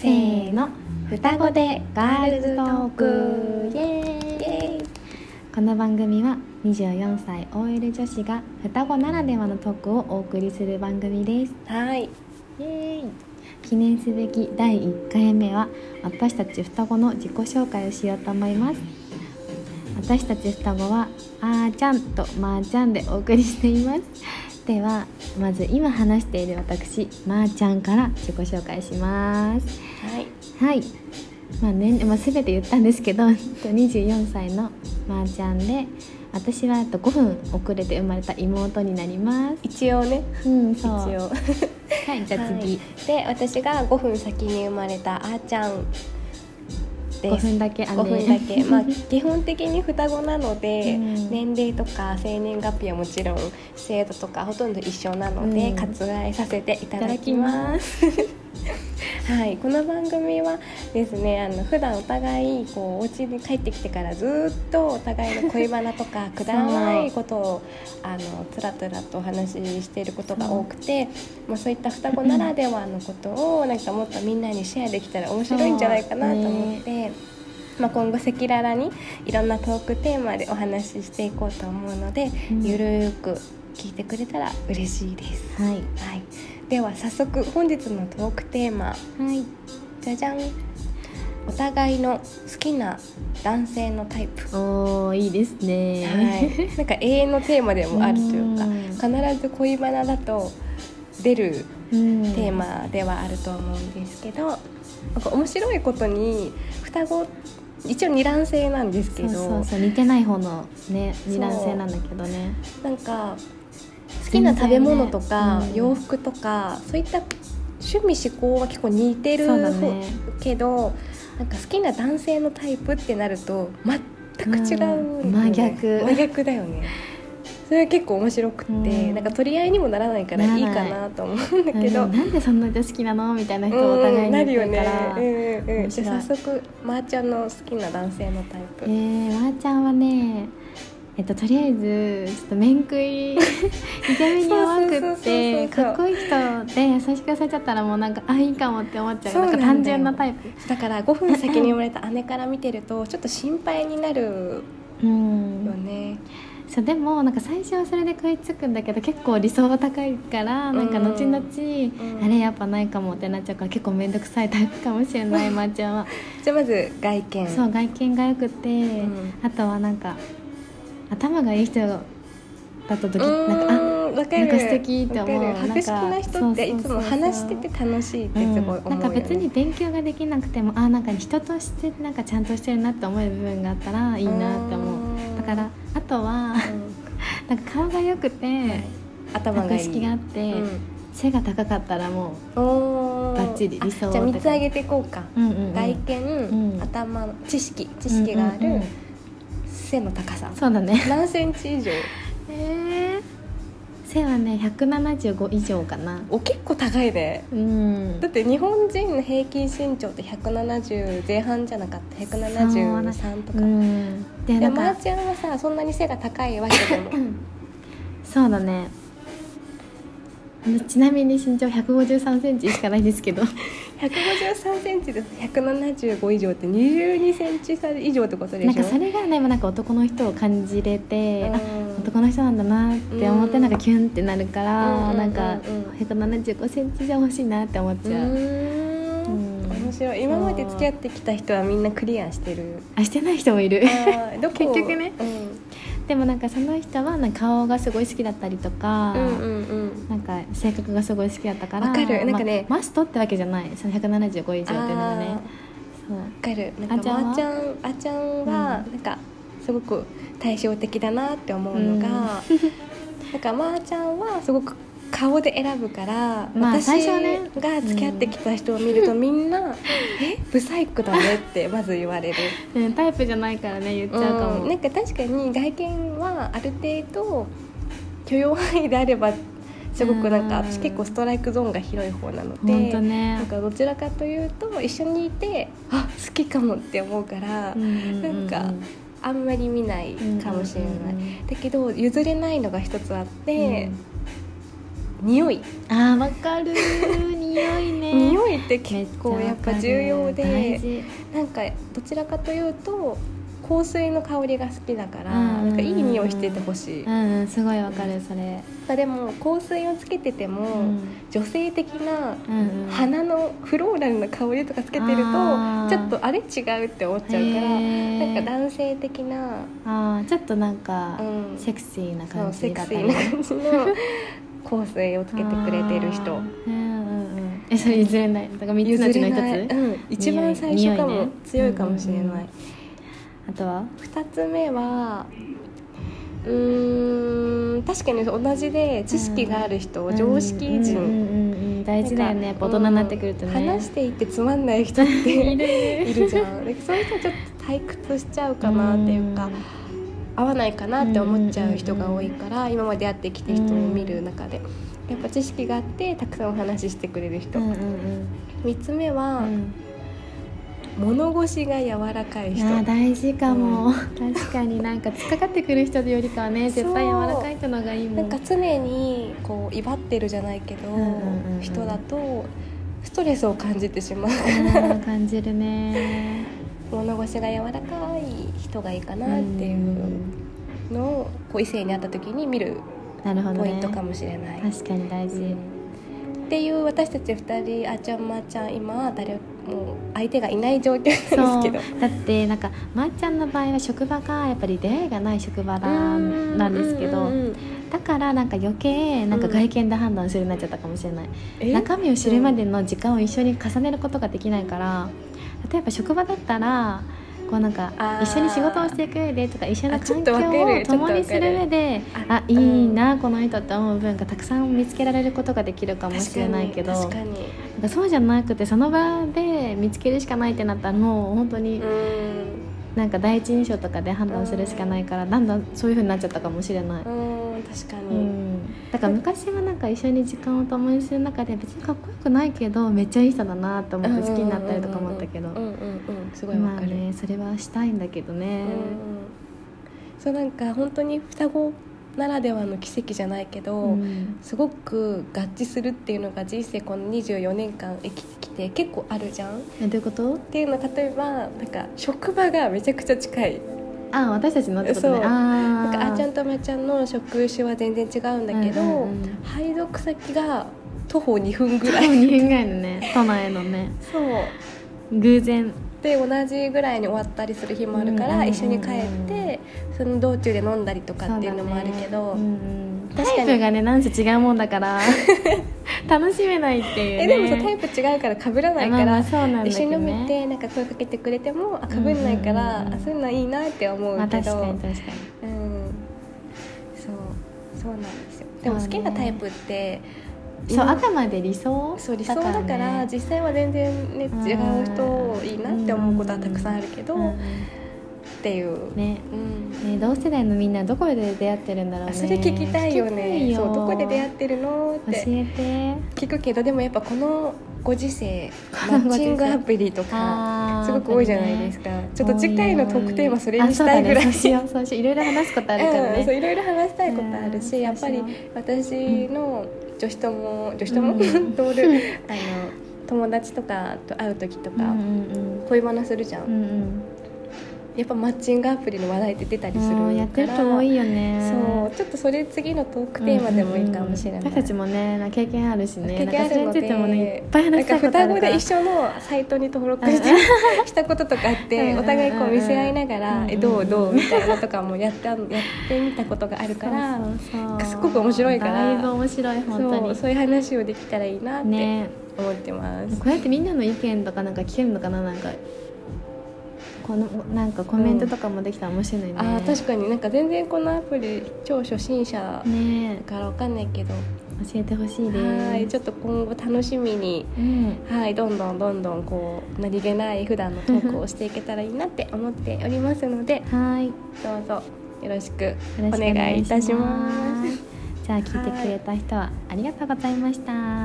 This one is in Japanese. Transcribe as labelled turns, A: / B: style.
A: せーの双子でガールズトークイエーイこの番組は24歳 OL 女子が双子ならではのトークをお送りする番組です
B: はい
A: イエーイ記念すべき第1回目は私たち双子の自己紹介をしようと思います私たち双子はあーちゃんとまーちゃんでお送りしていますではまず今話している私まーちゃんから自己紹介します
B: はい
A: はい、まあ年齢まあ、全て言ったんですけど えっと24歳のまーちゃんで私はえっと5分遅れて生まれた妹になります
B: 一応ね
A: うん
B: 一
A: そうは
B: 応
A: いじゃあ
B: はい
A: 次、
B: で私が5分先に生まれたあーちゃん
A: 5
B: です
A: 分だけ
B: 5分だけ、まあ、基本的に双子なので、
A: うん
B: 年齢とか生年月日はもちろん制度とかほとんど一緒なので、
A: うん
B: 割愛させていただき
A: いただきま
B: ます。はい、この番組はですねあの普段お互いこうお家に帰ってきてからずっとお互いの恋バナ とかくだらないことをあのつらつらとお話ししていることが多くて、まあ、そういった双子ならではのことをなんかもっとみんなにシェアできたら面白いんじゃないかなと思って。まあ、今後赤裸々にいろんなトークテーマでお話ししていこうと思うので、
A: うん
B: ゆるーく聞いてくれたら嬉しいです、
A: はい
B: はい、では早速本日のトークテーマ
A: はい
B: じゃじゃんお互いの好きな男性のタイプ
A: おーいいですね
B: はい、なんか永遠のテーマでもあるというか
A: うん
B: 必ず恋バナだと出る
A: うん
B: テーマではあると思うんですけど、なんか面白いことに双子一応二卵性なんですけ
A: そう
B: ど
A: そうそう似てない方のね
B: う
A: 二卵性なんだけどね
B: なんか好きな食べ物とか、
A: 全然ねうん
B: 洋服とかそういった趣味思考は結構似てる
A: そうだね
B: けどなんか好きな男性のタイプってなると全く違う、
A: うん真逆
B: 真逆だよねそれは結構面白くって、
A: うん
B: なんか取り合いにもならないからいいかなと思うんだけど、
A: う
B: うんん
A: なんでそんな人好きなのみたいな人お互い
B: な
A: に
B: る
A: 言
B: よ
A: ってる
B: ね
A: から、
B: うんうんうん
A: 面
B: じ
A: 白い
B: ゃあ早速まー、ちゃんの好きな男性のタイプ、
A: えー、まー、ちゃんはねえっととりあえずちょっと面食 いイケメンに弱くって
B: そうそうそうそうそう
A: かっこいい人で最初からされちゃったらもうなんかあいいかもって思っちゃう
B: そうなんだよ
A: なんか単純なタイプ
B: だから5分先に生まれた姉から見てるとちょっと心配になる
A: う
B: よ
A: ん
B: ね、
A: そうでもなんか最初はそれで食いつくんだけど結構理想が高いからなんか後々、
B: ん
A: あれやっぱないかもってなっちゃうから結構面倒くさいタイプかもしれないまーちゃんは、
B: じゃあまず外見
A: そう外見が良くて、
B: ん
A: あとはなんか頭がいい人だった時
B: うーん
A: なんかあ
B: わか
A: な
B: る
A: んか素敵って思う
B: わかる
A: なん
B: 博
A: か
B: 識な人っていつも話してて楽しいってすごい思うよね、
A: なんか別に勉強ができなくてもあなんか人としてなんかちゃんとしてるなって思える部分があったらいいなって思う
B: うーん
A: だからあとは
B: うん
A: なんか顔が良くて
B: 頭が
A: 格
B: いい
A: 式があって、
B: うん
A: 背が高かったらも
B: おー
A: バッチリ理想
B: あじゃあ3つ上げていこうか、
A: う,、うんうんうん、
B: 外見、
A: ん
B: 頭の知識知識がある、
A: うんうんうん
B: 背の高さ
A: そうだね
B: 何センチ以上
A: えー背はね175以上かな
B: お結構高いね
A: うん
B: だって日本人の平均身長って170前半じゃなかった173とか、
A: うんで
B: で
A: な
B: ま
A: ん
B: ー
A: か
B: ちゃんはさそんなに背が高いわけで も
A: そうだねあのちなみに身長1 5 3センチしかないですけど
B: 153センチで175以上って22センチ差以上ってことでしょ
A: なんかそれがねもうなんか男の人を感じれて、あ
B: うん
A: 男の人なんだなって思って
B: うん
A: なんかキュンってなるから、
B: うんうんうんうん
A: なんか1 7 5センチじゃ欲しいなって思っ
B: う
A: ちゃう、
B: ーん
A: うん
B: 面白い今まで付き合ってきた人はみんなクリアしてる
A: あしてない人もいる
B: あーどこ
A: 結局ね
B: うん
A: でもなんかその人はなんか顔がすごい好きだったりとか、
B: うんうんうん
A: なんか性格がすごい好きだったから
B: わかるなんかね
A: まあマストってわけじゃないその175以上っていうのがねそう
B: あーわかるなんか
A: あー
B: まーちゃんあーちゃんはなんかすごく対照的だなって思うのが、 なんかまーちゃんはすごく顔で選ぶから、
A: まあ
B: 私
A: 最初はね
B: が付き合ってきた人を見るとみん な「えブサイクだね」ってまず言われる。
A: ね、タイプじゃないからね 言っちゃうかも、
B: うんなんか確かに外見はある程度許容範囲であればすごくなんか
A: うん
B: 私結構ストライクゾーンが広い方なので、
A: ほんとね
B: なんかどちらかというと一緒にいてあ好きかもって思うか
A: な
B: ら、
A: ん
B: なんかあんまり見ないかもしれない、だけど譲れないのが一つあって、匂い
A: あーわかるー匂いね
B: 匂いっ
A: め
B: て
A: っち
B: 結
A: ゃ
B: 構やっぱ重要で。
A: 大事
B: なんかどちらかというと香水の香りが好きだから、
A: うんうんうん
B: なんかいい匂いしててほしい、
A: う
B: やっ
A: んうんすごいわかるそれ、
B: ぱでも香水をつけてても、
A: うん
B: 女性的な
A: うんうん、
B: 花のフローラルな香りとかつけてると
A: あー
B: ちょっとあれ違うって思っちゃうからなんか男性的な、
A: あーちょっとなんか、
B: うん、
A: セクシーな
B: そ
A: 感
B: う
A: じ
B: セク
A: だっ
B: シ
A: たり
B: ーな感じの香水をつけてくれてる
A: あ
B: 人
A: ーうんうんうんえそれ譲れないだから3つのう
B: 譲
A: ちの
B: れ
A: 一つ
B: ない、うん、一番最初か
A: 匂い
B: も
A: ね
B: 強いかもしれ
A: うんうん
B: な
A: う
B: い
A: ん。あとは
B: 2つ目はうーん確かに同じで知識がある人、常識人、
A: うんうんうんうん大事だよねやっぱ大人になってくるとね、
B: うん話していてつまんない人って いるじゃんでそういう人はちょっと退屈しちゃうかなっていうか、合わないかなって思っちゃう人が多いから、今まで会ってきた人を見る中で。やっぱ知識があってたくさんお話ししてくれる人、
A: う
B: 三
A: んうんうん
B: 3つ目
A: う
B: は、
A: ん
B: 物腰が柔らかい人
A: あー大事かも、確かになんか突っかかってくる人よりかはね
B: そう
A: 絶対柔らかい人の方がいいも
B: なん
A: ん
B: か常にこう威張ってるじゃないけど、
A: うんうんうんうん
B: 人だとストレスを感じてしまう
A: うん感じるね
B: 物腰が柔らかい人がいいかなっていうんうのをこう異性に会った時に見る
A: なるほど、ね、
B: ポイントかもしれない。
A: 確かに大事、
B: っていう私たち2人あちゃんまーちゃん今は誰も相手がいない状況なんですけど。
A: だってなんかまー、ちゃんの場合は職場がやっぱり出会いがない職場ななんですけど、
B: うんうんうん
A: だからなんか余計なんか外見で判断するようになっちゃったかもしれない、
B: え
A: 中身を知るまでの時間を一緒に重ねることができないから例えば職場だったらこうなんか
B: あー
A: 一緒に仕事をしていく上でとか一緒の
B: あち
A: 環
B: ょっと
A: 境
B: わかる
A: を共にする上であ
B: あ
A: いいなこの人って思う部分がたくさん見つけられることができるかもしれないけど
B: 確かに確か
A: なんかそうじゃなくてその場で見つけるしかないってなったらもう本当に
B: にうん
A: なんか第一印象とかで判断するしかないからだんだんそういう風になっちゃったかもしれない。
B: うん確か
A: う
B: に、
A: ん、だから昔はなんか一緒に時間を共にする中で別にかっこよくないけどめっちゃいい人だなと思って好きになったりとかもあったけど
B: うんうんうんうんすごいわ
A: まあ
B: かる、
A: ねそれはしたいんだけど
B: う
A: ね
B: んうん、そうなんか本当に双子ならではの奇跡じゃないけど、
A: うん
B: すごく合致するっていうのが人生この24年間生きてきて結構あるじゃんっ
A: えどういうこと
B: ていうのは例えばなんか職場がめちゃくちゃ近い
A: あ私たちのってことね
B: そう
A: あ
B: なんかあーちゃ
A: ん
B: んとまーちゃんの職種は全然違うんだけど、
A: うんうんうん
B: 配属先が徒歩2分 ぐらい
A: 2分ぐらいのね都内のね
B: そう
A: 偶然
B: で同じぐらいに終わったりする日もあるから、
A: うんうんうんうん
B: 一緒に帰ってその道中で飲んだりとかっていうのもある
A: そ
B: けど、
A: うだねうんうん
B: 確かに
A: タイプがねなんせ違うもんだから 楽しめないっていう、ね、
B: えでもさタイプ違うから被らないか
A: まあま
B: ら、
A: あそうなんだけど
B: 一緒に飲め
A: ね
B: てなんか声かけてくれてもあ被んないから、
A: うんうんうん
B: あそういうのはいいなって思
A: まあ
B: うけ
A: 確
B: ど、
A: かに確かに
B: うんそうそうなんですよでも好きなタイプって
A: そう
B: 今
A: あくまで理想
B: そう理想だから
A: ね
B: 実際は全然ね
A: うん
B: 違う人いいなって思うことはたくさんあるけど、
A: うん
B: っ
A: うん
B: ていう、
A: ね
B: うん
A: ね同世代のみんなどこで出会ってるんだろうね
B: あそれ聞きたいよね
A: 聞きたいよ
B: そうどこで出会ってるのっ
A: 教
B: て
A: えて
B: 聞くけどでもやっぱこのご時世
A: こ
B: マ
A: のご時世
B: ッチングアプリとか
A: あー
B: すごく多いじゃないですか、ちょっと次回のトークテーマそれ
A: 多
B: にしたいぐらい、
A: あそうだねそうしようそうしよういろいろ話すことあるから
B: うんそう
A: ね、
B: いろいろ話したいことあるし、
A: うん
B: やっぱり
A: そうしよ
B: 私の女子友女子友、
A: うん
B: 通るあの 友達とかと会う時と
A: うん
B: か、
A: うん
B: 恋バナするじゃん、
A: うんうん
B: やっぱマッチングアプリの話題って出たりするか
A: う
B: ら、
A: んやってる人多いよね
B: そうちょっとそれ次のトークテーマでもいいかもしれない、
A: うんうんうん私たちもね経験あるしね
B: 経験あるの
A: なんかそ
B: で
A: れについてもねいっぱい話したいことあ
B: なんか双
A: る
B: 子
A: から
B: で一緒のサイトに登録してしたこととかあっ
A: う
B: て
A: ん
B: お互いこう見せ合いなが
A: う
B: ら
A: ん
B: 「えどうどう?」みたいなとかもやったやってみたことがあるから
A: そうそうそう
B: すごく面白いから
A: だいぶ面白い本当
B: そ
A: に
B: うそういう話をできたらいいなって
A: ね
B: 思ってます
A: こ。うやってみんなの意見とかなんか聞けるのかななんかこのなんかコメントとかもできたら面白いね、
B: あー確かになんか全然このアプリ超初心者だ
A: ね
B: からわかんないけど
A: 教えてほしいです
B: はいち
A: ょっ
B: ょっと今後楽しみに
A: と、うん、
B: はい、どんどんどんどんこう何気ない普段のトークをしていけたらいいなって思っておりますので
A: はいよ
B: どうぞよろしくお
A: ろしく
B: 願いいたします。
A: すじゃあ聞いてくれた人はありがとうございました、